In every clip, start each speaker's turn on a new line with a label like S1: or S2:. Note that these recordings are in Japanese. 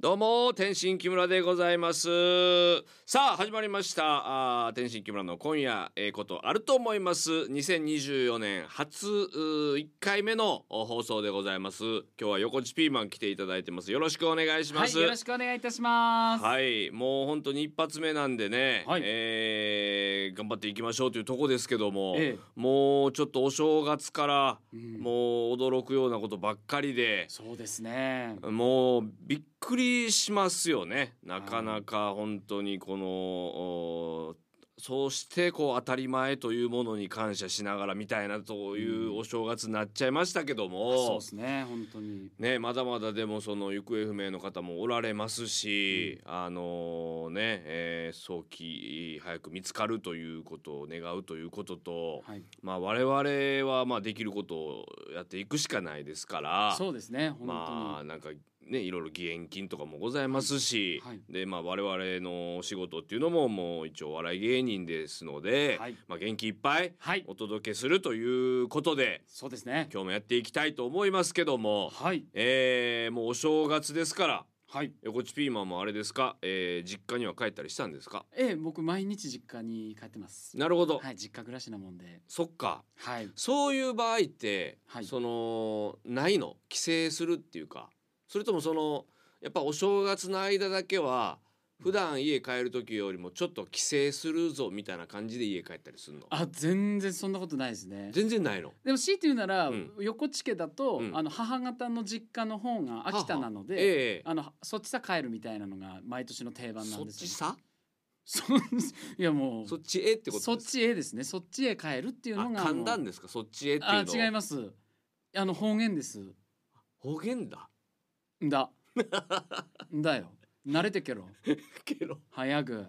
S1: どうも天心木村でございますさあ始まりましたあー天心木村の今夜ええことあると思います2024年初うー1回目のお放送でございます今日は横地ピーマン来ていただいてますよろしくお願いしま
S2: はい、
S1: す、
S2: よろしくお願いいたします。
S1: はいもう本当に一発目なんでね、
S2: はい
S1: えー頑張っていきましょうというとこですけども、
S2: ええ
S1: もうちょっとお正月から
S2: うん
S1: もう驚くようなことばっかりで、
S2: そうですね。
S1: もうびっくりしますよねなかなか本当にこの、おそうしてこう当たり前というものに感謝しながらみたいなというお正月になっちゃいましたけども、
S2: そうですね、本当に。
S1: ね、まだまだでもその行方不明の方もおられますし、あのね、えー早期早く見つかるということを願うということと、
S2: はい。
S1: まあ、我々はまあできることをやっていくしかないですから
S2: そうですね、本当に。
S1: まあなんかねいろいろ義援金とかもございますし、
S2: はいはい
S1: でまあ我々のお仕事っていうのももう一応お笑い芸人ですので、
S2: はい
S1: まあ、元気いっぱい
S2: はい。
S1: お届けするということで
S2: そうですね。
S1: 今日もやっていきたいと思いますけども。
S2: はい。
S1: えー、もうお正月ですから
S2: はい。
S1: 横地ピーマンもあれですか、えー、実家には帰ったりしたんですか
S2: ええ、僕毎日実家に帰ってます。
S1: なるほど、
S2: はい、実家暮らしなもんで。
S1: そっか
S2: はい。
S1: そういう場合って、
S2: はい
S1: そのないの帰省するっていうかそれともそのやっぱお正月の間だけは普段家帰る時よりもちょっと帰省するぞみたいな感じで家帰ったりするの
S2: あ、全然そんなことないですね。
S1: 全然ないの
S2: でも強いて言うなら、
S1: うん
S2: 横地家だと、
S1: うん
S2: あの母方の実家の方が秋田なので。
S1: ええ
S2: あのそっちさ帰るみたいなのが毎年の定番な
S1: そ
S2: ん
S1: っ
S2: です
S1: ち
S2: よ
S1: さ
S2: そっちいやもう
S1: そっちへってこと
S2: そっ
S1: です
S2: ちへですね。そっちへ帰るっていう
S1: あ
S2: のが。
S1: 噛んだん
S2: で
S1: ですかそっちへっていうの
S2: あ、違います。あの方言です。
S1: 方言だ
S2: んだ。んだよ。慣れて けろ。
S1: けど
S2: 早く。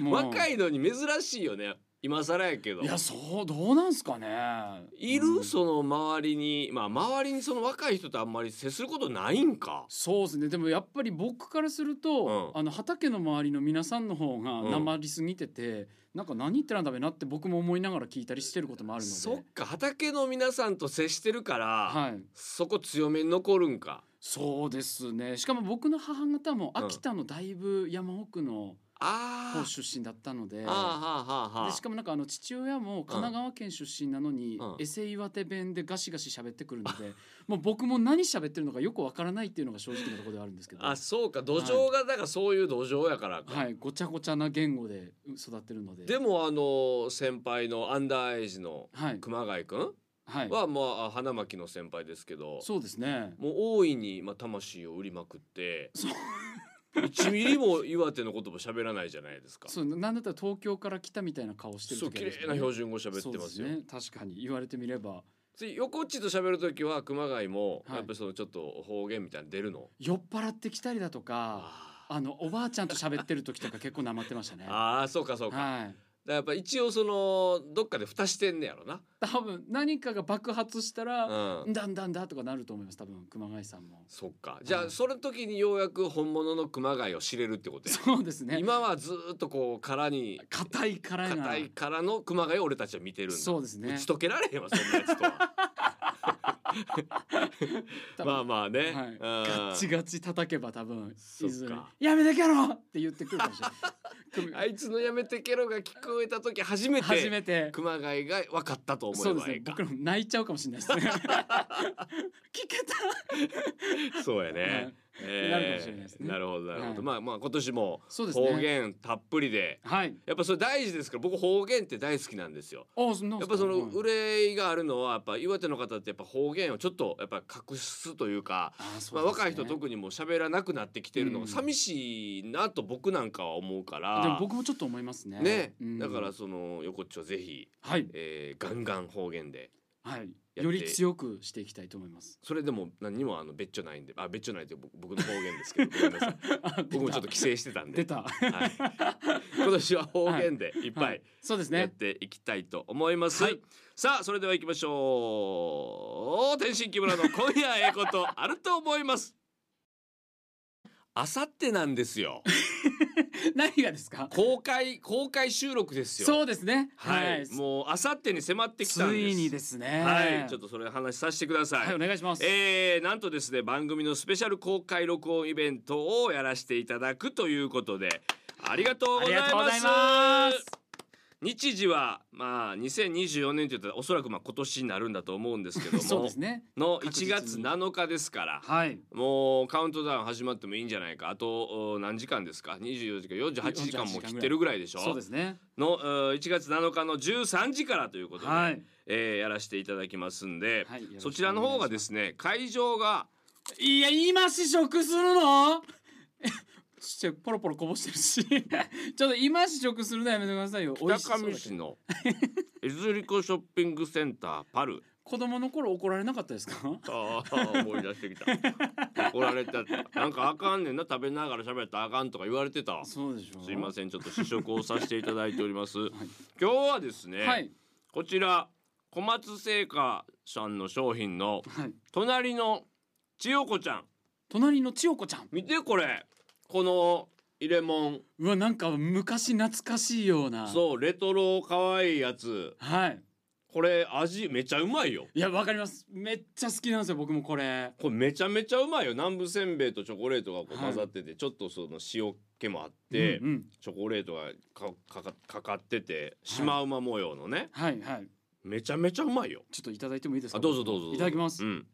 S2: も う
S1: 若。いのに珍しいよね今更やけど
S2: いや、そう、どうなんすかね。
S1: いる、
S2: うん
S1: その周りにまあ周りにその若い人とあんまり接することないんか
S2: そうですね。でも、やっぱり僕からすると、
S1: うん
S2: あの畑の周りの皆さんの方
S1: うん
S2: がなまりすぎてて。なんか、何言ってなんだべなって、僕も思いながら聞いたりしてることもあるので。
S1: そっか畑の皆さんと接してるから、
S2: はい。
S1: そこ強めに残るんか
S2: そうですね。しかも、僕の母方も秋田のだいぶ山奥の。
S1: あ
S2: 方出身だったので
S1: あああはあはあはあ
S2: でしかもなんかあの父親も神奈川県出身なのに、
S1: うん
S2: エセ岩手弁でガシガシ喋ってくるので もう僕も何喋ってるのかよくわからないっていうのが正直なところではあるんですけど、
S1: あそうか土壌がだからそういう土壌やからか、
S2: はい、ごちゃごちゃな言語で育ってるので
S1: でもあの先輩のアンダーエイジの
S2: はい、
S1: 熊谷君
S2: はい、
S1: はまあ花巻の先輩ですけど
S2: そうですね
S1: もう大いにまあ魂を売りまくって1ミリも岩手のことも喋らないじゃないですか。
S2: そうなんだったら東京から来たみたいな顔してる
S1: そう
S2: 時
S1: 綺
S2: あります
S1: 麗
S2: よ
S1: な
S2: ね
S1: 標準語喋ってます
S2: そう
S1: よ。
S2: でね確かに言われてみれば
S1: つい横っちと喋るときは熊谷も、
S2: はい
S1: やっぱりそのちょっと方言みたいなの出るの。
S2: 酔っ払ってきたりだとかあのおばあちゃんと喋ってる時とか結構なまってましたね。は
S1: ああそうかそうか。だから
S2: い
S1: やっぱ一応そのどっかで蓋してんねやろな。
S2: 多分何かが爆発したら、
S1: うん。
S2: だんだんだとかなると思います多分熊谷さんも
S1: そっか。じゃ
S2: は
S1: あ
S2: い
S1: その時にようやく本物の熊谷を知れるってことや。
S2: そうですね
S1: 今はずーっとこう殻に
S2: 硬いからが
S1: 硬い殻の熊谷を俺たちは見てるんだ。
S2: そうですね
S1: 打ち解けられへんわそんなやつとは。
S2: 多分
S1: まあまあね。
S2: は
S1: うん
S2: い、ガッチガチ叩けば多分
S1: そっ
S2: い
S1: か
S2: ずれ「やめてけろ!」って言ってくるかもし れない組
S1: あいつのやめてけろが聞こえた時初め
S2: 初
S1: て
S2: めて
S1: 熊谷が分かったと思
S2: そ
S1: え
S2: うです
S1: ばい
S2: ね
S1: いか
S2: 僕らも泣いちゃうかもしれな いですね聞けた、
S1: そうや
S2: は
S1: ね
S2: い。
S1: えー
S2: なるかもしれないですね
S1: なるほどなるほ
S2: は
S1: ど。
S2: い
S1: まあまあ今年も
S2: そうですね
S1: 方言たっぷりで、
S2: はい
S1: やっぱそれ大事ですから僕方言って大好きなんですよ。
S2: おそんな
S1: やっぱその
S2: れ
S1: 憂いがあるのはやっぱ岩手の方ってやっぱ方言をちょっとやっぱ隠すというか。
S2: あそう
S1: まあ、若い人
S2: に
S1: 特にもう喋らなくなってきてるの
S2: う
S1: が
S2: ん
S1: 寂しいなと僕なんかは思うから、
S2: でも僕もちょっと思いますね
S1: ね、
S2: うん
S1: だからその横っちょぜひ、
S2: はい
S1: えーガンガン方言で
S2: はい
S1: て
S2: より強くしていきたいと思 います
S1: それでも何にもあの別所ないんであ別所ないって僕僕の方言ですけどごめんな さい僕もちょっと帰省してたんで
S2: 出た。
S1: はい、今年は方言でいっぱ
S2: はいそうです
S1: やっ
S2: ね。
S1: ていきたいと思います、
S2: はい
S1: さあそれでは行きましょう天心木村の今夜ええことあると思いますあさってなんですよ
S2: 何がですか
S1: 公開公開収録ですよ。
S2: そうですね
S1: はい、もう明後日に迫ってきたん
S2: つ
S1: です。
S2: いにですね
S1: はい、ちょっとそれ話させてください。
S2: はいお願いします
S1: えー、なんとですね番組のスペシャル公開録音イベントをやらせていただくということでありがとうござい
S2: ありがとうご
S1: ま
S2: ざい
S1: す
S2: ます
S1: 日時はまあ2024年というとおそらくまあ今年になるんだと思うんですけども
S2: そうですね
S1: の
S2: 確
S1: 1
S2: 実に
S1: 月7日ですから
S2: はい
S1: もうカウントダウン始まってもいいんじゃないかあとお何時間ですか24時間48時間も切ってるぐらいでしょ
S2: そうですね
S1: のうん1月7日の13時からということで、
S2: はい
S1: えーやらせていただきますんで、
S2: はいよろしくお願いします
S1: そちらの方がですね会場が
S2: いや今試食するの ちょポロポロこぼしてるし ちょっと今試食するのやめてくださいよ美
S1: 北
S2: 味しそうだけ
S1: 上
S2: ど
S1: 市の江釣子ショッピングセンターパル
S2: 子供の頃怒られなかったですか
S1: あー思い出してきた怒られちゃったなんかあかんねんな食べながら喋ったらあかんとか言われてたす
S2: そうでしょ
S1: いま
S2: せ
S1: せんちょっと試食をさせていただいております、今日はですね、
S2: はい
S1: こちら小松製菓さんの商品の
S2: はい
S1: 隣の千代子ちゃん
S2: 隣の千代子ちゃん
S1: 見てこれこの入れもん
S2: うわなんか昔懐かしいような
S1: そうレトロ可愛いやつ
S2: はい
S1: これ味めちゃうまいよ
S2: いやわかりますめっちゃ好きなんですよ僕もこれ
S1: これめちゃめちゃうまいよ南部せんべいとチョコレートがこう
S2: は
S1: 混
S2: い
S1: ざってて、ちょっとその塩気もあって、
S2: うんうん
S1: チョコレートがかかかかかっててシマウマ模様のね、
S2: はいはい
S1: めちゃめちゃうまいよ
S2: ちょっといただいてもいいですか
S1: あどうぞどうぞどうぞ
S2: いただきます
S1: うん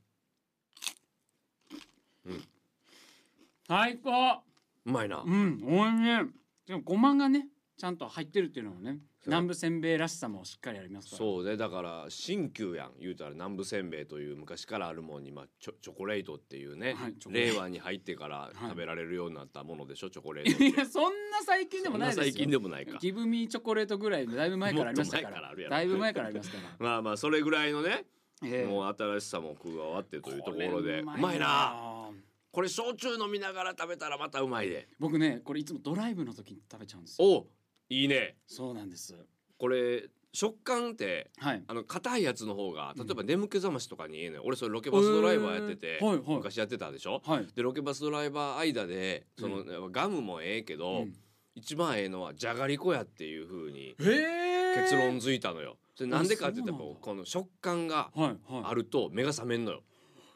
S2: 最高
S1: うまいな
S2: うんおいしいでもごまがねちゃんと入ってるっていうのもね
S1: そう
S2: 南部せんべいらしさもしっかりありますから
S1: そうねだから新旧やん言うたら南部せんべいという昔からあるもんに、まあ、チョチョコレートっていうね、
S2: はいチョコレート
S1: 令和に入ってから
S2: い
S1: 食べられるようになったものでしょチョコレートって
S2: いやそんな最近でもないですよ
S1: そん最近でもないか
S2: ギブミーチョコレートぐらいだいぶ前からありましたか
S1: もっと前からあ
S2: ら
S1: るやろ
S2: だいぶ前からありますから
S1: まあまあそれぐらいのね、
S2: ええ
S1: もう新しさも加わってというところで
S2: れ
S1: う
S2: う
S1: まいなこれ焼酎飲みながら食べたらまたうまいで
S2: 僕ねこれいつもドライブの時に食べちゃうんですよ
S1: おいいね
S2: そうなんです
S1: これ食感って
S2: はい
S1: あの硬いやつの方が例えば眠気覚ましとかにいいのよ、俺それロケバ
S2: バ
S1: スドライバーやってて、
S2: はいはい
S1: 昔やってたでしょ
S2: はい
S1: でロケバスドライバー間でその、ガムもええけど、
S2: うん
S1: 一番ええのはじゃがりこやっていう風に
S2: へえ
S1: 結論づいたのよ。それなんでかって言ったら
S2: あそうなんだ
S1: この食感が
S2: はいは
S1: あると目が覚めんのよ。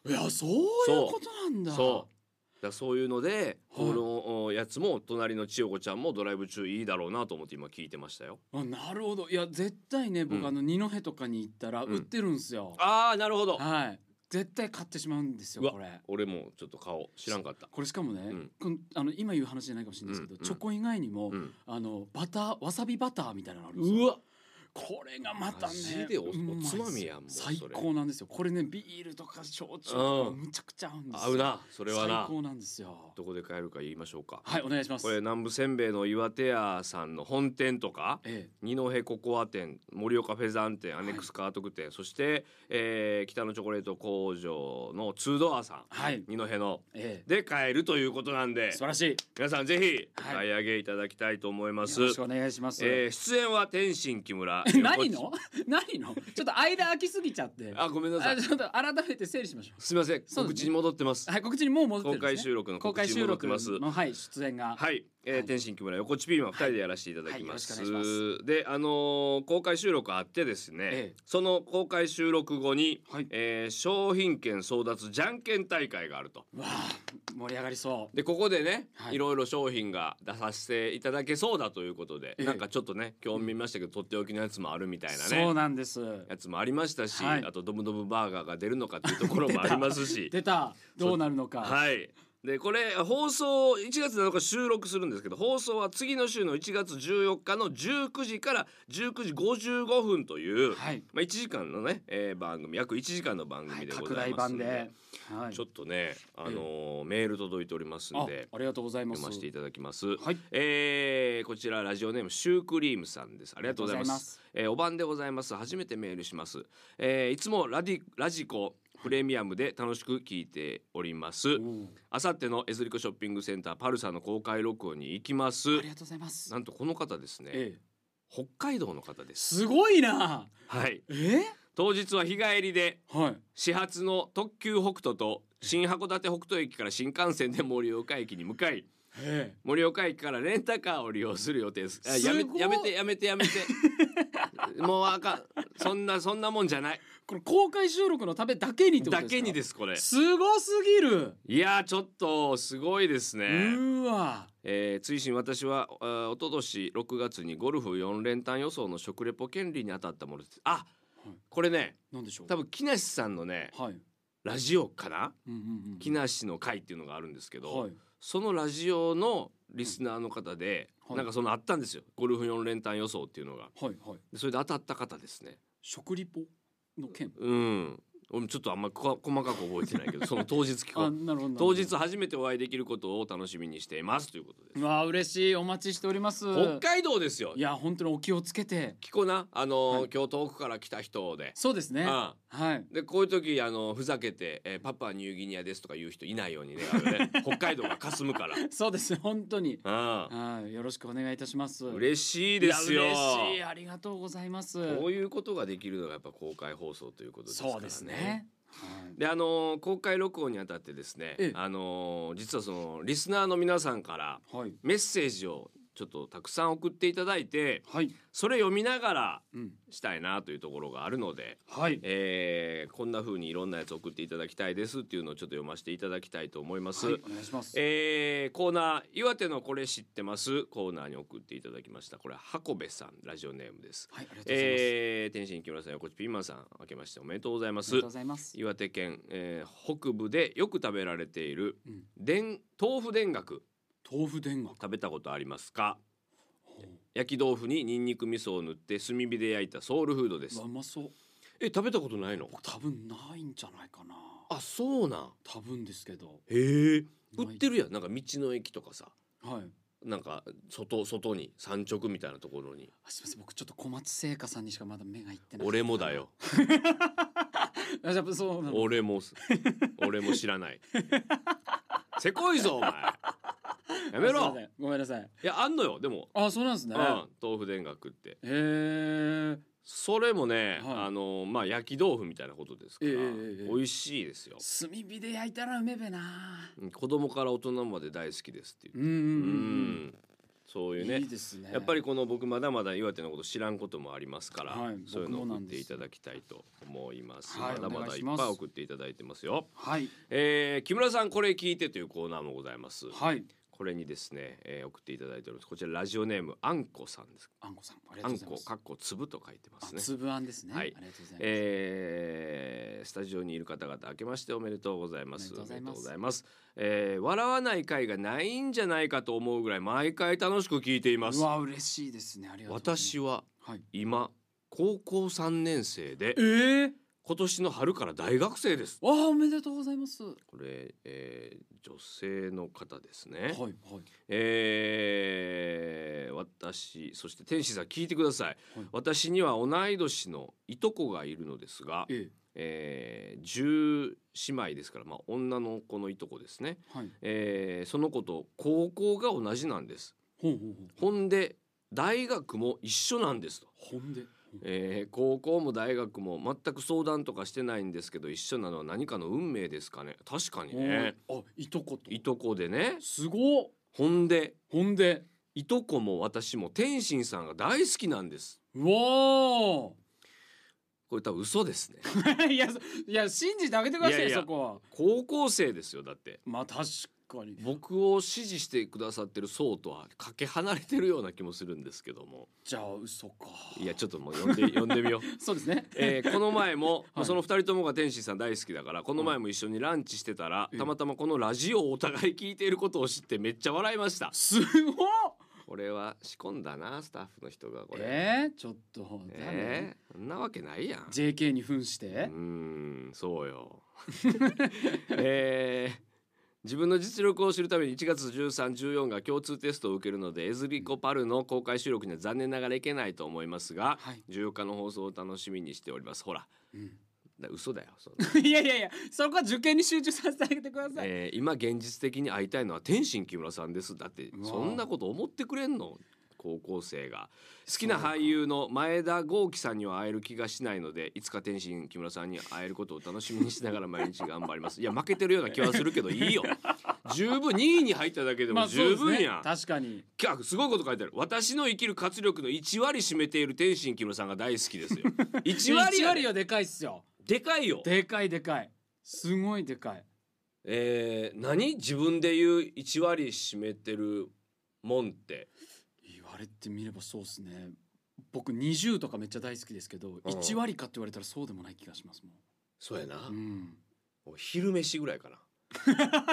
S2: いいやそういうことなんだ
S1: そうだからそういうので、
S2: はい
S1: このおやつも隣の千代子ちゃんもドライブ中いいだろうなと思って今聞いてましたよ。
S2: あなるほどいや絶対ね僕、
S1: うん
S2: あの二戸とかに行ったら
S1: うん
S2: 売ってるんですよ、
S1: ああなるほど。
S2: はい絶対買ってしまうんです
S1: う
S2: よ
S1: わ
S2: これ
S1: 俺もちょっと顔知らんかった。
S2: これしかもね、
S1: うん
S2: こんあの今言う話じゃないかもしれないですけど、
S1: うんうん
S2: チョコ以外にも、
S1: うん
S2: あのバターわさびバターみたいなのあるんですよ
S1: うわ
S2: これがまたね
S1: マジでお
S2: うまいっす
S1: おつまみやんもうそれ
S2: 最高なんですよこれねビールとか焼酎とか
S1: うん
S2: むちゃくちゃ合うんですよ
S1: 合うなそれはな
S2: 最。高なんですよ
S1: どこで買えるか言いましょうか。
S2: はいお願いします
S1: これ
S2: え
S1: 南部せんべいの岩手屋さんの本店とか
S2: え
S1: 二戸ココア店盛岡フェザン店アネックスカートク店、そして、えー北のチョコレート工場のツードアさん、
S2: はい
S1: 二戸の
S2: え
S1: で買えるということなんで
S2: え素晴らしい
S1: 皆さんぜひ
S2: はい
S1: 買い上げいただきたいと思います。
S2: よろしくお願いします、
S1: えー出演は天心木村
S2: 何の 何のちょっと間空きすぎちゃって
S1: あごめんなさい
S2: あちょっと改めて整理しましょ
S1: すみません
S2: そう
S1: 告
S2: ですね
S1: 知に戻ってます
S2: う。はい告知にもう戻ってる
S1: 公
S2: んです、ね、
S1: 開収録の
S2: 公
S1: 告
S2: 開
S1: 知に
S2: 収
S1: 戻って
S2: 録
S1: ます。
S2: のはい出演が
S1: はい、えー
S2: はい
S1: 天心木村横地ピーマン二人でやらせていただきます。
S2: はいはいよろしくお願
S1: で、あのー公開収録あってですね、
S2: ええ
S1: その公開収録後に、
S2: はい
S1: えー商品券争奪じゃんけん大会があると。
S2: わあ盛り上がりそう
S1: でここでね、
S2: はい
S1: い、ろいろ商品が出させていただけそうだということで、
S2: ええ
S1: なんかちょっとね今日見ましたけど、とっておきのやつもあるみたいな
S2: そう
S1: ね
S2: なんです
S1: やつもありましたし、
S2: はい
S1: あとドムドムバーガーが出るのかっていうところもあります し
S2: 出たどうなるのか
S1: はい。でこれ放送1月7日収録するんですけど放送は次の週の1月14日の19時から19時55分という、
S2: はい
S1: まあ、1時間のね、えー番組約1時間の番
S2: は
S1: 組
S2: い
S1: でご
S2: 拡
S1: ざい
S2: 大
S1: ますの
S2: 版
S1: で,、
S2: で、はい、
S1: ちょっとね、あのーメール届いておりますん
S2: あ
S1: で
S2: ありがとうございます
S1: 読ませていただきます。
S2: はい
S1: えーこちらラジオネームシュークリームさんですありがとうございます
S2: ありがとうございます
S1: えーお晩でございます初めてメールします、えーいつもラディラジコプレミアムで楽しく聞いております
S2: うん
S1: あさってのエズリコショッピングセンターパルサの公開録音に行きます
S2: ありがとうございます
S1: なんとこの方ですね、
S2: ええ
S1: 北海道の方です
S2: すごいな
S1: はい
S2: え
S1: 当日は日帰りで
S2: はい
S1: 始発の特急北斗と新函館北斗駅から新幹線で盛岡駅に向かい
S2: え
S1: 盛岡駅からレンタカーを利用する予定です。あやめ
S2: すごい
S1: やめてやめてやめ て。もうあかん。そんなそんなもんじゃない。
S2: えこれ公開収録のためだけにってこと
S1: だ
S2: ですか
S1: けにですすこれ。
S2: すごすぎる、
S1: いやーちょっとすごいです
S2: う
S1: ね。
S2: ーわ
S1: えー、追伸私はあー一昨年6月にゴルフ4連単予想の食レポ権利に当たったものです。あ
S2: はい、
S1: これね
S2: なんでしょう
S1: 多分木梨さんのね
S2: はい、
S1: ラジオかな
S2: うんうんうん、
S1: 木梨の会っていうのがあるんですけど、
S2: はい
S1: そのラジオのリスナーの方で、
S2: はい
S1: なんかそのあったんですよゴルフ4連単予想っていうのが。
S2: はいはい
S1: でそれで当たった方ですね。
S2: 食リポの件
S1: うん。俺もちょっとあんまこ細かく覚えて ないけど、その当日聞こ
S2: あ
S1: う。
S2: なるほどなるほ
S1: 当
S2: ど
S1: 日初めてお会いできることを楽しみにしていますということです。
S2: うわー嬉しいお待ちしております
S1: 北海道ですよ
S2: い。や本当にお気をつけて
S1: 聞こな、あのー
S2: はい
S1: 今日遠くから来た人で。
S2: そうですね
S1: あ
S2: はい
S1: でこういう時あのふざけて、えーパパニューギニアです」とか言う人いないように願う ね北海道が霞むから
S2: そうですね本当に
S1: あ
S2: はいよろしくお願いいたします
S1: あ嬉しいですよ
S2: いや嬉しいありがとうございます
S1: こういうことができるのがやっぱ公開放送ということですからね。
S2: そうですねはい
S1: であのー公開録音にあたってですね
S2: ええ、
S1: あのー実はそのリスナーの皆さんから
S2: はい
S1: メッセージをちょっとたくさん送っていただいて
S2: はい
S1: それ読みながら
S2: うん
S1: したいなというところがあるので、
S2: はい
S1: えーこんな風にいろんなやつ送っていただきたいですっていうのをちょっと読ませていただきたいと思います。
S2: はいお願いします
S1: えーコーナー「岩手のこれ知ってます」コーナーに送っていただきましたこれは箱部さんラジオネームです。
S2: はいありがとうございます
S1: えー、天心木村さん横地ピーマンさん明けましておめでとうございま
S2: あり
S1: す
S2: がとうございます
S1: 岩手県、えー北部でよく食べられている、
S2: うん
S1: でん豆腐田楽
S2: 豆腐田楽
S1: 食べたことありますか
S2: ほう
S1: 焼き豆腐にニンニク味噌を塗って炭火で焼いたソウルフードで
S2: う
S1: す
S2: わうまそう
S1: え食べたことないの
S2: 僕多分ないんじゃないかな
S1: あそうなん
S2: 多分ですけど
S1: へえ
S2: ない
S1: 売ってるやんなんか道の駅とかさ
S2: はい
S1: なんか外外に山直みたいなところに
S2: あすみません僕ちょっと小松製菓さんにしかまだ目がいってない
S1: 俺もだよ
S2: あやっぱそうなの
S1: 俺も 俺も知らないせこいぞお 前やめ
S2: あす
S1: ろ
S2: いませんごめんなさい
S1: いやあんのよでも、
S2: あそうなんです
S1: う
S2: ね
S1: ん、豆腐田楽って
S2: へー
S1: それもね、
S2: はい
S1: あのまあ焼き豆腐みたいなことですから、
S2: ええええ
S1: 美味しいですよ
S2: 炭火で焼いたらうめべな
S1: うん子供から大人まで大好きですっていうう、
S2: んうん
S1: う
S2: うん
S1: ん、そう
S2: う
S1: い
S2: ん
S1: うね
S2: いいですね
S1: やっぱりこの僕まだまだ岩手のこと知らんこともありますから、
S2: はい
S1: そういうのを
S2: 僕も
S1: 送っ
S2: なん
S1: て
S2: で
S1: い
S2: す
S1: ただきたいと思います、
S2: はい
S1: まだま
S2: お
S1: だ
S2: 願
S1: いっ
S2: いします
S1: ぱい送っていただいてますよ
S2: はい
S1: えー、木村さんこれ聞いてというコーナーもございます
S2: はい
S1: これにですね、えー、送っていただいておりますこちらラジオネームあんこさんです
S2: あんこさんあり
S1: あ
S2: がとうんございま
S1: こ
S2: す
S1: かっこ粒と書いてます
S2: あ
S1: ね
S2: 粒あんですね
S1: は
S2: あ
S1: い
S2: りがとうございます
S1: えースタジオにいる方々明けましておめでとうございます
S2: おめでとうございます
S1: おめでますえー笑わない回がないんじゃないかと思うぐらい毎回楽しく聞いています
S2: うわ嬉しいですねありがとうございます
S1: 私は
S2: はい
S1: 今高校三年生で
S2: えー
S1: 今年の春から大学生です
S2: あーおめでとうございますは
S1: これ、えー女性の方ですね、
S2: いはい
S1: えー私そして天使さん聞いてください、
S2: はい
S1: 私には同い年のいとこがいるのですが、
S2: え
S1: えー、10姉妹ですから、まあ、女の子のいとこですね、
S2: ーはい
S1: えーその子と高校が同じなんです
S2: ほうほうほ
S1: ほ
S2: う
S1: んで大学も一緒なんですと、
S2: ほんで
S1: えー高校も大学も全く相談とかしてないんですけど一緒なのは何かの運命ですかね確かにね
S2: おーあいとこと
S1: いとこでね
S2: すごっ
S1: ほんで
S2: ほんで
S1: いとこも私も天心さんが大好きなんです。
S2: うわ
S1: これ多分嘘ですね。
S2: ー いやそいや信じてあげてください
S1: いやいや
S2: そこは
S1: 高校生ですよ。だって。
S2: まあ確かに
S1: 僕を支持してくださってる層とはかけ離れてるような気もするんですけども。
S2: じゃあ嘘か
S1: いや、ちょっともう呼んで、呼んでみよう。
S2: そうですね
S1: えーこの前も、
S2: はい
S1: その二人ともが天心さん大好きだから、この前も一緒にランチしてたら、
S2: うん
S1: たまたまこのラジオをお互い聞いていることを知ってめっちゃ笑いました。
S2: すごっ
S1: これは仕込んだな、スタッフの人がこれ。
S2: えー、ちょっと、
S1: えーそんなわけないやん。
S2: 誰 JK に扮し
S1: う
S2: て
S1: ーんそうよ えー自分の実力を知るために1月1314が共通テストを受けるのでエズリコパルの公開収録には残念ながらいけないと思いますが
S2: はい、
S1: 14日の放送を楽しみにしておりますほら
S2: うん、
S1: だ嘘だよその、
S2: いやいやいやそこは受験に集中させてあげてください、
S1: えー今現実的に会いたいのは天心木村さんですだって
S2: うわ
S1: そんなこと思ってくれんの高校生が好きな俳優の前田豪輝さんには会える気がしないのでいつか天心木村さんに会えることを楽しみにしながら毎日頑張りますいや負けてるような気はするけどいいよ十分2位に入っただけでも十分やん、
S2: まあそうですね確かに
S1: かすごいこと書いてある私の生きる活力の1割占めている天心木村さんが大好きです よ1割
S2: 1
S1: やで
S2: 割はでかいっすよ
S1: でかいよ
S2: でかいでかいすごいでかい
S1: えー、何自分で言う1割占めてるもんって
S2: 言われてみればそうっすね僕20とかめっちゃ大好きですけど、
S1: うん
S2: 1割かって言われたらそうでもない気がしますもん
S1: そうやな、
S2: うん、
S1: もう昼飯ぐらいかな
S2: かに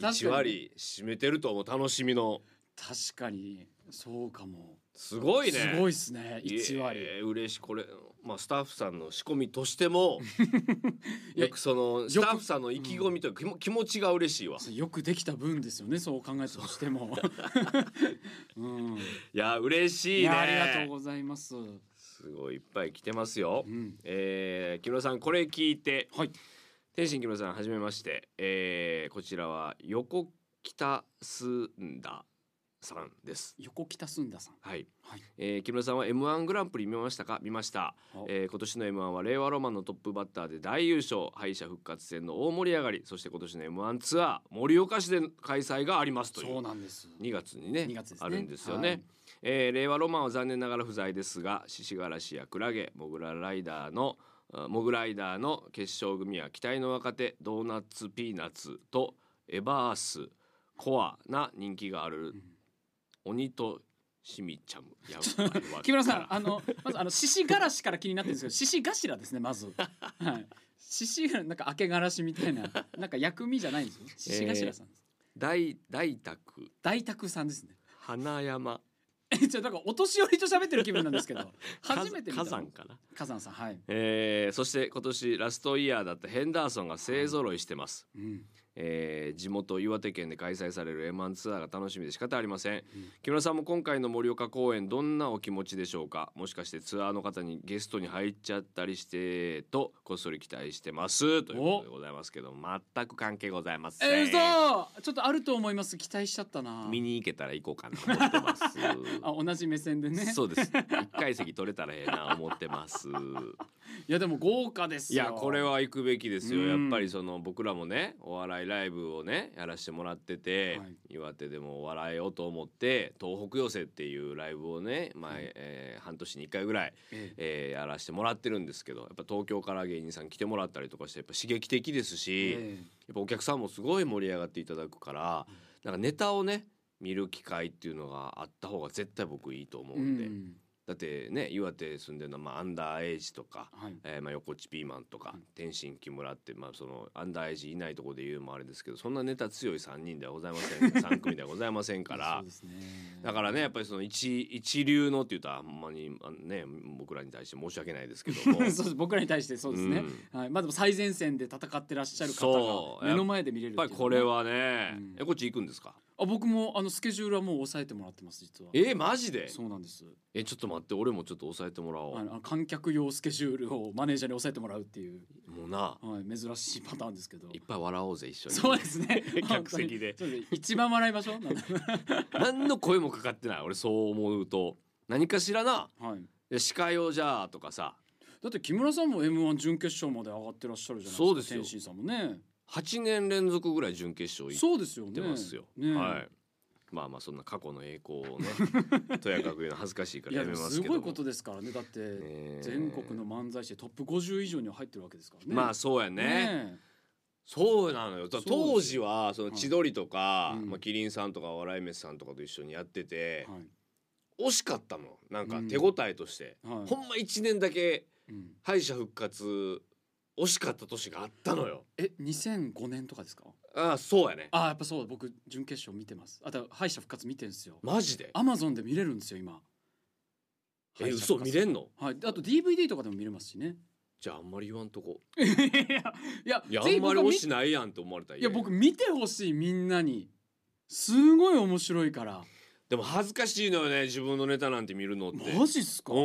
S1: 1割占めてると思う楽しみの
S2: 確かにそうかも
S1: すごいね
S2: すごいっすね
S1: いえ
S2: 1割、
S1: 嬉しいこれ、まあ、スタッフさんの仕込みとして も
S2: いや
S1: よくその
S2: く
S1: スタッフさんの意気込みというか、気も気持ちが嬉しいわ
S2: そうよくできた分ですよねそう考えたとしても うん
S1: いや嬉しい
S2: い
S1: ね
S2: やありがとうございます、う
S1: すごいいっぱい来てますよ、
S2: ん、
S1: えー、木村さんこれ聞いて
S2: はい
S1: 天心木村さんはじめまして、えー、こちらは横北すんださんです
S2: 横北すんださん
S1: はい、
S2: はい
S1: えー、木村さんは M1 グランプリ見ましたか見ました
S2: あ、
S1: えー、今年の M1 は令和ロマンのトップバッターで大優勝敗者復活戦の大盛り上がりそして今年の M1 ツアー盛岡市で開催がありますとい
S2: そう
S1: う
S2: なんです
S1: 2月にね
S2: 二月ですね
S1: あるんですよね、
S2: はい
S1: えー令和ロマンは残念ながら不在ですが獅子ガラシやクラゲモグラライダーのあモグライダーの決勝組は期待の若手ドーナツピーナッツとエバースコアな人気がある、鬼としみちゃむやばいわ
S2: 木村さんあのまずあの獅子がらしから気になってるんですけど獅子頭ですね まずはい獅子がなんか明けがらしみたいななんか薬味じゃないんですよ獅子頭さんです、
S1: 大大宅
S2: 大沢さんですね
S1: 花山
S2: えじゃなんかお年寄りと喋ってる気分なんですけど初めて見た
S1: 火山かな、
S2: 火山さんはい、
S1: えーそして今年ラストイヤーだったヘンダーソンが勢ぞろいしてます、
S2: うん、
S1: えー地元岩手県で開催される M1 ツアーが楽しみで仕方ありません、
S2: ん
S1: 木村さんも今回の盛岡公演どんなお気持ちでしょうかもしかしてツアーの方にゲストに入っちゃったりしてとこっそり期待してますということでございますけど全く関係ございません
S2: えー、そうちょっとあると思います期待しちゃったな
S1: 見に行けたら行こうかな思ってます
S2: あ同じ目線でね
S1: そうです一階席取れたらええな思ってます
S2: いやでも豪華です
S1: い
S2: よ
S1: やこれは行くべきですよ、
S2: うん
S1: やっぱりその僕らもねお笑いライブをねやらしてもらってて、
S2: はい
S1: 岩手でもお笑いをと思って東北寄せっていうライブをね前、
S2: はい
S1: えー半年に1回ぐらい、
S2: ええ
S1: えーやらしてもらってるんですけどやっぱ東京から芸人さん来てもらったりとかしてやっぱ刺激的ですし、や
S2: え
S1: っぱお客さんもすごい盛り上がっていただくから、なんかネタをね見る機会っていうのがあった方が絶対僕いいと思
S2: え
S1: う
S2: うん
S1: で、
S2: ん
S1: だってね岩手住んでるのは、まあ、アンダーエイジとか。
S2: はい
S1: えーまあ、横地ピーマンとか
S2: うん
S1: 天心木村って、まあ、そのアンダーエイジいないところで言うのもあれですけどそんなネタ強い3人ではございません 3組ではございませんか
S2: そ
S1: ら
S2: うですね
S1: だからねやっぱりその一一流のって言うとあんまりあのね僕らに対して申し訳ないですけども
S2: そうです僕らに対してそうですね、はい、まあでも最前線で戦ってらっしゃる方
S1: そう
S2: が目の前で見れる
S1: や
S2: っ
S1: ってぱ
S2: いう
S1: りこれ
S2: の
S1: はね、
S2: うん
S1: えこっち行くんですか
S2: あ僕もあのスケジュールはもう抑えてもらってます実は
S1: えー、マジで
S2: そうなんです
S1: えちょっと待って俺もちょっと抑えてもらおう
S2: あのあの観客用スケジュールをマネージャーに抑えてもらうっていう、
S1: もうな
S2: はい、珍しいパターンですけど
S1: いっぱい笑おうぜ一緒に
S2: そうですね
S1: 客席で
S2: 本当にそうです一番笑いましょうなんだ
S1: 何の声もかかってない俺そう思うと何かしらな
S2: はい
S1: で司会をじゃあとかさ
S2: だって木村さんも M1 準決勝まで上がってらっしゃるじゃないですか。
S1: そうですよ
S2: 天心さんもね。
S1: 8年連続ぐらい準決勝行
S2: そうですよ
S1: っ
S2: ね。
S1: てますよ。
S2: ね
S1: はい。まあまあそんな過去の栄光をね、 とやかく言うの恥ずかしいか
S2: い
S1: ら
S2: や
S1: やめます
S2: す
S1: けども。
S2: ごいことですからね。だって、
S1: ねえ
S2: 全国の漫才師でトップ50以上には入ってるわけですからね。
S1: まあそうや
S2: ね
S1: ね。
S2: ね
S1: そうなのよ。
S2: そ
S1: だ
S2: うですよ
S1: 当時はその千鳥とか、
S2: うん
S1: まあキリンさんとか笑い飯さんとかと一緒にやって
S2: え
S1: て、
S2: はい
S1: 惜しかったの。なんか手応えとして、
S2: はい。
S1: ほんま1年だけ
S2: うん
S1: 敗者復活惜しかった年があったのよ。
S2: え2005年とかですか。
S1: ああそうやね。
S2: あやっぱそうだ僕準決勝見てます。あと敗者復活見てるんですよ。
S1: マジで。
S2: アマゾンで見れるんですよ今。
S1: え嘘見れん
S2: の。
S1: の？
S2: はい。あと DVD とかでも見れますしね。
S1: じゃああんまり言わんとこ。
S2: いやいや
S1: いやあ
S2: ぜひ
S1: んま
S2: 僕
S1: り
S2: は見
S1: 惜
S2: て
S1: しないやんって思われたら
S2: い
S1: 嫌
S2: や僕見てほしいみんなにすごい面白いから
S1: でも恥ずかしいのよね自分のネタなんて見るのって
S2: マジっすか
S1: うん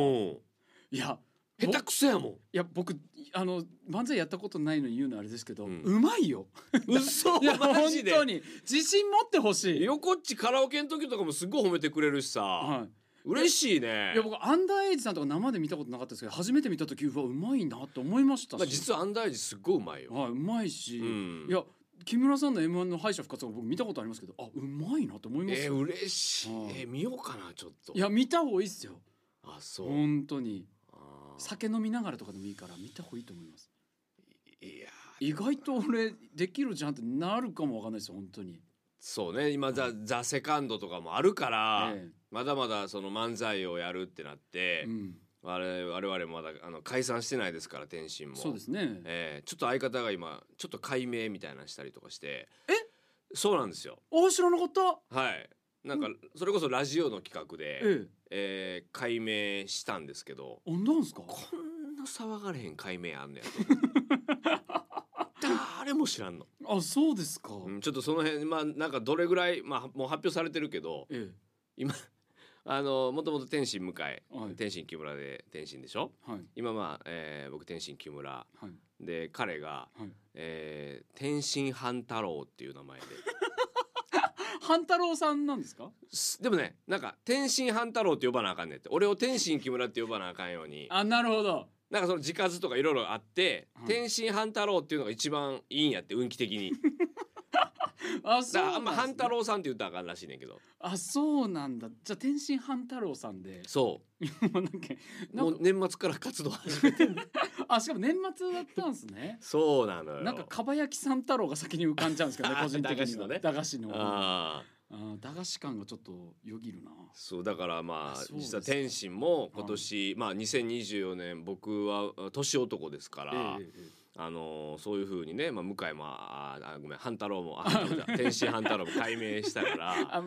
S2: いや
S1: 下手
S2: ぼ
S1: くそや も
S2: いや僕あの漫才やったことないのに言うのあれですけど、
S1: う
S2: うんまいよ
S1: ん嘘
S2: いや
S1: マ
S2: 本
S1: ジ
S2: 当
S1: で
S2: に自信持ってほしい
S1: 横っちカラオケの時とかもすっごい褒めてくれるしさ
S2: は
S1: 嬉しいね
S2: い、いや僕アンダーエイジさんとか生で見たことなかったですけど初めて見た時うわうまいなって思いましたし、
S1: まあ実はアンダーエイジすっごいうまいよ
S2: はい、うまいし、
S1: うん
S2: いや木村さんの M1 の敗者復活は僕見たことありますけど、あ、うまいなと思います
S1: えー、
S2: よ。
S1: 嬉しい
S2: うん。
S1: えー、見ようかなちょっと。
S2: いや、見た方がいいっすよ。
S1: あそう。
S2: 本当に。
S1: あー
S2: 酒飲みながらとかでもいいから見た方がいいと思います。
S1: いやー
S2: 意外と俺できるじゃんってなるかもわかんないですよ本当に。
S1: そうね今ザザセカンドとかもあるから、
S2: え
S1: まだまだその漫才をやるってなっ
S2: え
S1: て
S2: う、ん、
S1: 我々我々まだあの解散してないですから天心も。
S2: そうですね。
S1: えーちょっと相方が今ちょっと解明みたいなのしたりとかして。そうなんですよ。
S2: お知らなかった。
S1: はい。なんかそれこそラジオの企画で、
S2: え
S1: えー解明したんですけど。
S2: え、あなんですか。
S1: こんな騒がれへん解明あんねやと思っ て誰も知らんの、
S2: あそうですか。
S1: うんちょっとその辺まあなんかどれぐらいまあもう発表されてるけど
S2: え
S1: 今あのもともと天心向井
S2: え、はい
S1: 天心木村で天心でしょ
S2: はい
S1: 今まあ、えー僕天心木村
S2: はい
S1: で彼が、
S2: はい。
S1: えー天心半太郎っていう名前で
S2: 半太郎さんなんですか。
S1: すでもねなんか天心半太郎って呼ばなあかんねんって俺を天心木村って呼ばなあかんように
S2: あなるほど。
S1: なんかその字数とかいろいろあって、
S2: はい
S1: 天心半太郎っていうのが一番いいんやって運気的 にだからあんま半太。
S2: あそうなんですね
S1: 郎さんって言ったらあかんらしいねんけど
S2: あそうなんだ。じゃあ天心半太郎さんで。
S1: そ
S2: もうなんか
S1: う
S2: な
S1: も
S2: ん
S1: う
S2: か
S1: 年末から活動始 めて
S2: あしかも年末だったんです ね。
S1: そうなのよ
S2: なんかかばやきさん太郎が先に浮かんじゃうんですけど ね
S1: あー
S2: 個人的
S1: 駄菓
S2: に
S1: 子
S2: は
S1: のね
S2: 駄菓子の
S1: ああ
S2: あー駄菓子感がちょっとよぎるな。
S1: そうだからま
S2: あ
S1: あ
S2: そうです
S1: 実
S2: か
S1: は天心も今年、まあ2024年僕はあ年男ですから、
S2: ええええ
S1: あのーそういう風にね、まあ、向井もああごめん半太郎もあ半太郎だ天心半太郎も解明した から
S2: あ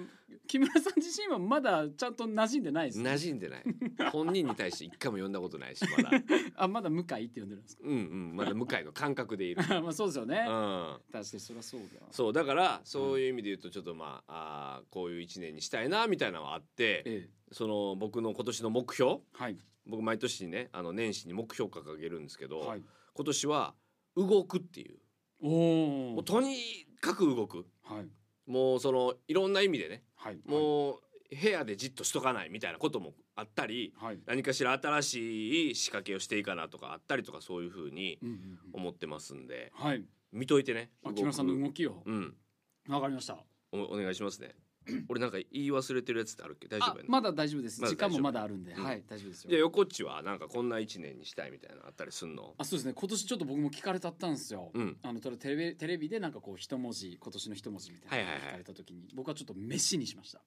S2: 木村さん自身はまだちゃんと馴染んでないです、
S1: 馴
S2: ね、
S1: 染んでない本人に対して一回も呼んだことないしまだ
S2: あまだ向井って呼んでるんです
S1: うんうんまだ向井の感覚でいる。
S2: かまあそうです よね、
S1: う
S2: 確
S1: ん
S2: かにそりゃそうだ
S1: そうだからそういう意味で言うとちょっとまああーこういう一年にしたいなみたいなのはあって
S2: ええ
S1: その僕の今年の目標
S2: はい
S1: 僕毎年ねあの年始に目標掲げるんですけど、
S2: はい
S1: 今年は動くっていう
S2: お
S1: も
S2: お
S1: うとにかく動く
S2: はい
S1: もうそのいろんな意味でね
S2: はい
S1: もう部屋でじっとしとかないみたいなこともあったり
S2: はい、
S1: 何かしら新しい仕掛けをしていかなとかあったりとかそういうふうに
S2: うんうんうん
S1: 思ってますんで
S2: はい
S1: 見といてね
S2: あ木村さんの
S1: 動く
S2: 動きを
S1: うん
S2: わかりました
S1: おお願いします ね俺なんか言い忘れてるやつってあるっけ大丈
S2: あ
S1: 夫やな、
S2: まだ大丈夫です、
S1: まだ大
S2: 時
S1: 丈夫
S2: 間もまだあるんで、
S1: うん
S2: はい大丈夫です
S1: じゃあ
S2: よ
S1: 横っちはなんかこんな一年にしたいみたいなのあったりすんの
S2: あそうですね今年ちょっと僕も聞かれたったんですよ、
S1: うん
S2: あのテレビテレビでなんかこう一文字今年の一文字みたいなの
S1: はいはいはい
S2: 聞かれた時に、僕はちょっと飯にしました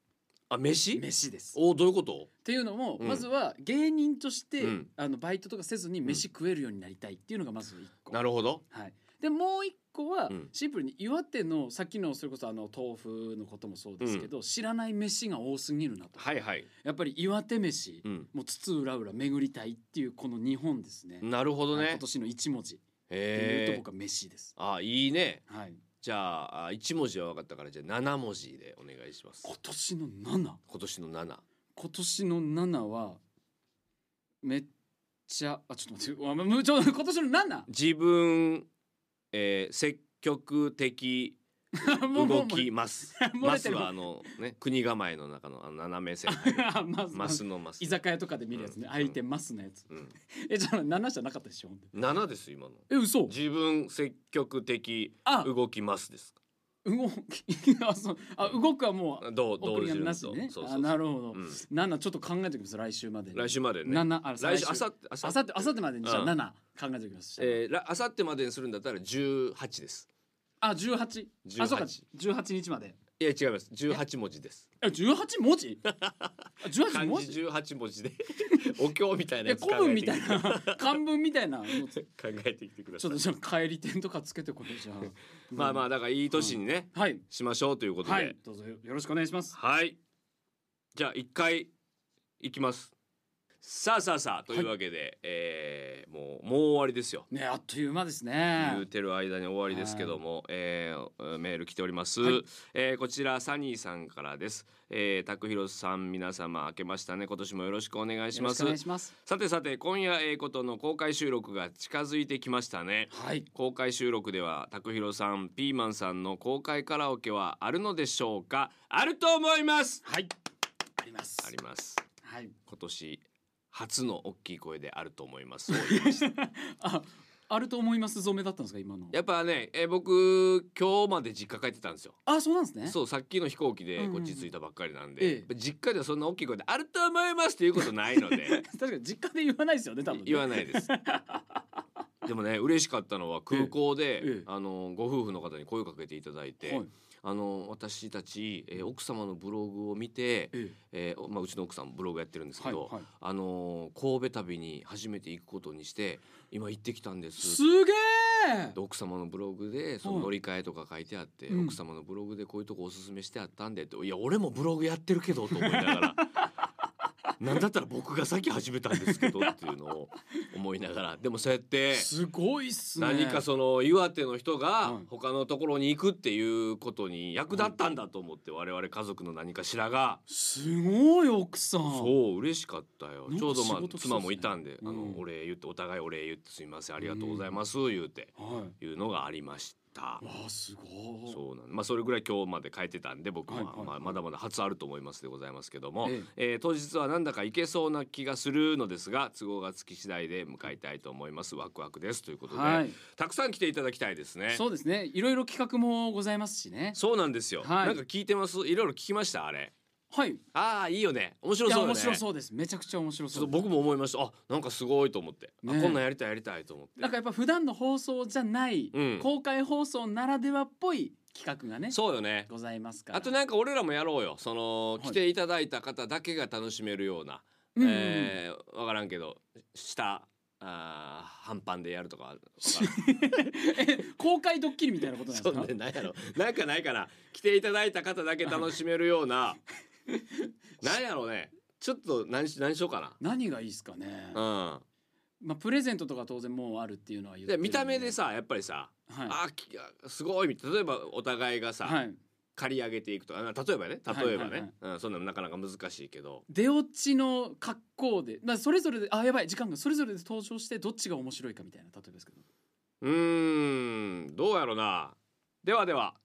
S1: あ飯
S2: 飯です
S1: おどういうこと
S2: っていうのも、
S1: うん
S2: まずは芸人として、
S1: うん
S2: あのバイトとかせずに飯食えるようになりたいっていうのがまず一個。
S1: なるほど
S2: はい、でもう一個は、
S1: うん
S2: シンプルに岩手のさっきのそれこそあの豆腐のこともそうですけど、知らない飯が多すぎるなと
S1: はいはい
S2: やっぱり岩手飯、
S1: うん
S2: もう津々浦々巡りたいっていうこの日本ですね。
S1: なるほど
S2: はい
S1: ね
S2: 今年の一文字で言うと
S1: へえ
S2: 僕は飯です。
S1: あいいね
S2: はい、
S1: じゃああ一文字は分かったからじゃあ七文字でお願いします
S2: 今年の7
S1: 今年の七
S2: 今年の7はめっちゃあちょっと待ってうわむちょ今年の 7!
S1: 自分、えー、積極的
S2: もうもう
S1: 動
S2: もう
S1: きます
S2: 漏
S1: ま
S2: れ
S1: す
S2: てる
S1: はあのね国構えの中のあの斜め線
S2: まず
S1: マスのマス
S2: 居酒屋とかで見るやつね、
S1: うん
S2: 相手マスのやつ
S1: うん
S2: えじゃあ7じゃなかったでしょほんで
S1: 7です今の
S2: え嘘
S1: 自分積極的
S2: あ
S1: 動きますです
S2: 動き あそうあ動くはもう
S1: どうどう
S2: 送り
S1: す
S2: が
S1: る
S2: な
S1: の
S2: しでね
S1: そうそう
S2: あ
S1: そう
S2: なるほど、
S1: うん
S2: 7ちょっと考えておきます来週までに
S1: 来週までね
S2: 7あ
S1: 来週あ
S2: あ
S1: さ
S2: さ
S1: ってあ
S2: あさってあさってまでにじゃあ
S1: うん
S2: 7考えておきます、
S1: えーらあさってまでにするんだったら18です
S2: あ十18あそうか
S1: 18
S2: 18日まで
S1: いや違います18文字です
S2: え18文字あ
S1: 漢
S2: 18文
S1: 字
S2: 字
S1: 18文字で お経みたいな
S2: え
S1: やつ考
S2: 古文
S1: えて
S2: み
S1: き
S2: た
S1: て
S2: いな 漢文みたいなのち
S1: 考えてきてくださ
S2: ょっ
S1: い
S2: とじゃあ帰り点とかつけてこれじゃあ
S1: まあまあだからいい年にね
S2: あはい
S1: しましょうということ
S2: は
S1: で
S2: いどうぞよよろしくお願いします
S1: はいじゃあ一回いきますさあさあさあというわけで、えーもうもう終わりですよ
S2: ねあっという間です
S1: 言う
S2: ね。
S1: てる間に終わりですけども、えーメール来ております、
S2: はい
S1: えーこちらサニーさんからです、えー、拓弘さん皆様明けましたね今年もよろしくお願いします
S2: よろくお願いします。
S1: さてさて今夜えーことの公開収録が近づいてきましたね
S2: はい。
S1: 公開収録では拓弘さんピーマンさんの公開カラオケはあるのでしょうかあると思います
S2: はい。あります。
S1: あります
S2: はい。
S1: 今年初の大きい声であると思います
S2: あ、あると思います染めだったんですか今の
S1: やっぱね、えー僕今日まで実家帰ってたんですよ。
S2: あそうなんですね
S1: そうさっきの飛行機
S2: うん
S1: で
S2: うん
S1: こ
S2: うん
S1: っち着いたばっかりなん
S2: え
S1: で、実家ではそんな大きい声で「あると思います」っていうことないので
S2: 確かに実家で言わないですよね多分ね
S1: 言わない です。でもね嬉しかったのは空港で、
S2: ええええ
S1: あのご夫婦の方に声をかけていただいて、
S2: はい
S1: あの私たち、えー奥様のブログを見て、
S2: え
S1: えーまあ、うちの奥さんもブログやってるんですけ
S2: えはい
S1: ど、
S2: はい
S1: あのー神戸旅に初めて行くことにして今行ってきたんです。
S2: すげえ
S1: で奥様のブログでその
S2: はい
S1: 乗り換えとか書いてあって、
S2: うん
S1: 奥様のブログでこういうとこおすすめしてあったんでっていや俺もブログやってるけどと思いながら なんだったら僕が先始めたんですけどっていうのを思いながらでもそうやって
S2: すごいっすね
S1: 何かその岩手の人が
S2: はい
S1: 他のところに行くっていうことに役立ったんだと思って我々家族の何かしらが
S2: すごい奥さん
S1: そう嬉しかったよ
S2: なんか
S1: ちょうどまあ
S2: 仕事来そ
S1: 妻
S2: うっすね
S1: もいたんで「あ
S2: う
S1: の
S2: ん
S1: お礼言ってお互いお礼言ってすみませんありがとうございます」言うて
S2: はい
S1: いうのがありました。
S2: わあすごい
S1: そうなんまあそれぐらい今日まで帰ってたんで僕は
S2: はいはいはい
S1: まあまだまだ初あると思いますでございますけども、
S2: え
S1: えー当日はなんだかいけそうな気がするのですが都合がつき次第で迎えたいと思いますワクワクですということで、
S2: はい
S1: たくさん来ていただきたいですね
S2: そうですねいろいろ企画もございますしね
S1: そうなんですよ、
S2: はい
S1: なんか聞いてますいろいろ聞きましたあれ
S2: はいい
S1: ああいいよね面白そう
S2: や
S1: よね
S2: 面白そうですめちゃくちゃ面白
S1: ち
S2: そ
S1: ょっと
S2: うです
S1: 僕も思いましたあなんかすごいと思って、あ
S2: ねえ
S1: こんなんやりたいやりたいと思って
S2: なんかやっぱ普段の放送じゃない
S1: うん
S2: 公開放送ならではっぽい企画がね
S1: そうよね
S2: ございますから
S1: あとなんか俺らもやろうよその
S2: はい
S1: 来ていただいた方だけが楽しめるような、
S2: うんうんうん
S1: えーわからんけど下あー半パンでやるとかわ からん
S2: え公開ドッキリみたいなことなんで
S1: そ
S2: すか
S1: うねなんやろなんかないかな来ていただいた方だけ楽しめるよう ななんやろうねちょっと何し何しようか
S2: 何がいいですかね
S1: な
S2: まあプレゼントとか当然もうあるっていうのは言
S1: うん
S2: って
S1: で
S2: るん
S1: 見た目でさやっぱりさ、
S2: はい
S1: あーきあすごいみたいな例えばお互いがさ、
S2: はい
S1: 借り上げていくとかあ例えばね例えばね、
S2: はいはい
S1: うん、そんなのなかなか難しいけど
S2: 出落ちの格好で、まあ、それぞれであやばい時間がそれぞれで登場してどっちが面白いかみたいな例えばですけど
S1: うーんどうやろなではでは